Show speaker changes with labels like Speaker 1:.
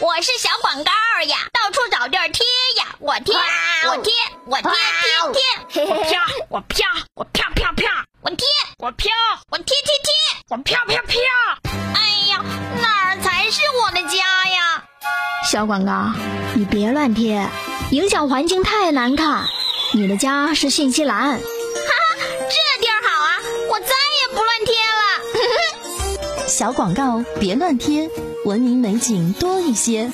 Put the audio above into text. Speaker 1: 我是小广告呀，到处找地儿贴呀，我贴，
Speaker 2: 哇哦
Speaker 1: 我贴，我
Speaker 2: 哇
Speaker 1: 贴
Speaker 2: 哦
Speaker 1: 贴贴，
Speaker 2: 嘿嘿嘿
Speaker 3: 啪！我啪！我啪啪啪！
Speaker 1: 我贴，
Speaker 3: 我飘！
Speaker 1: 我贴贴
Speaker 3: 我飘飘飘！
Speaker 1: 贴。哎呀，哪儿才是我的家呀？
Speaker 2: 小广告，你别乱贴，影响环境太难看。你的家是信息栏。
Speaker 1: 这地儿好啊，我再也不乱贴了。
Speaker 4: 小广告别乱贴，文明美景多一些。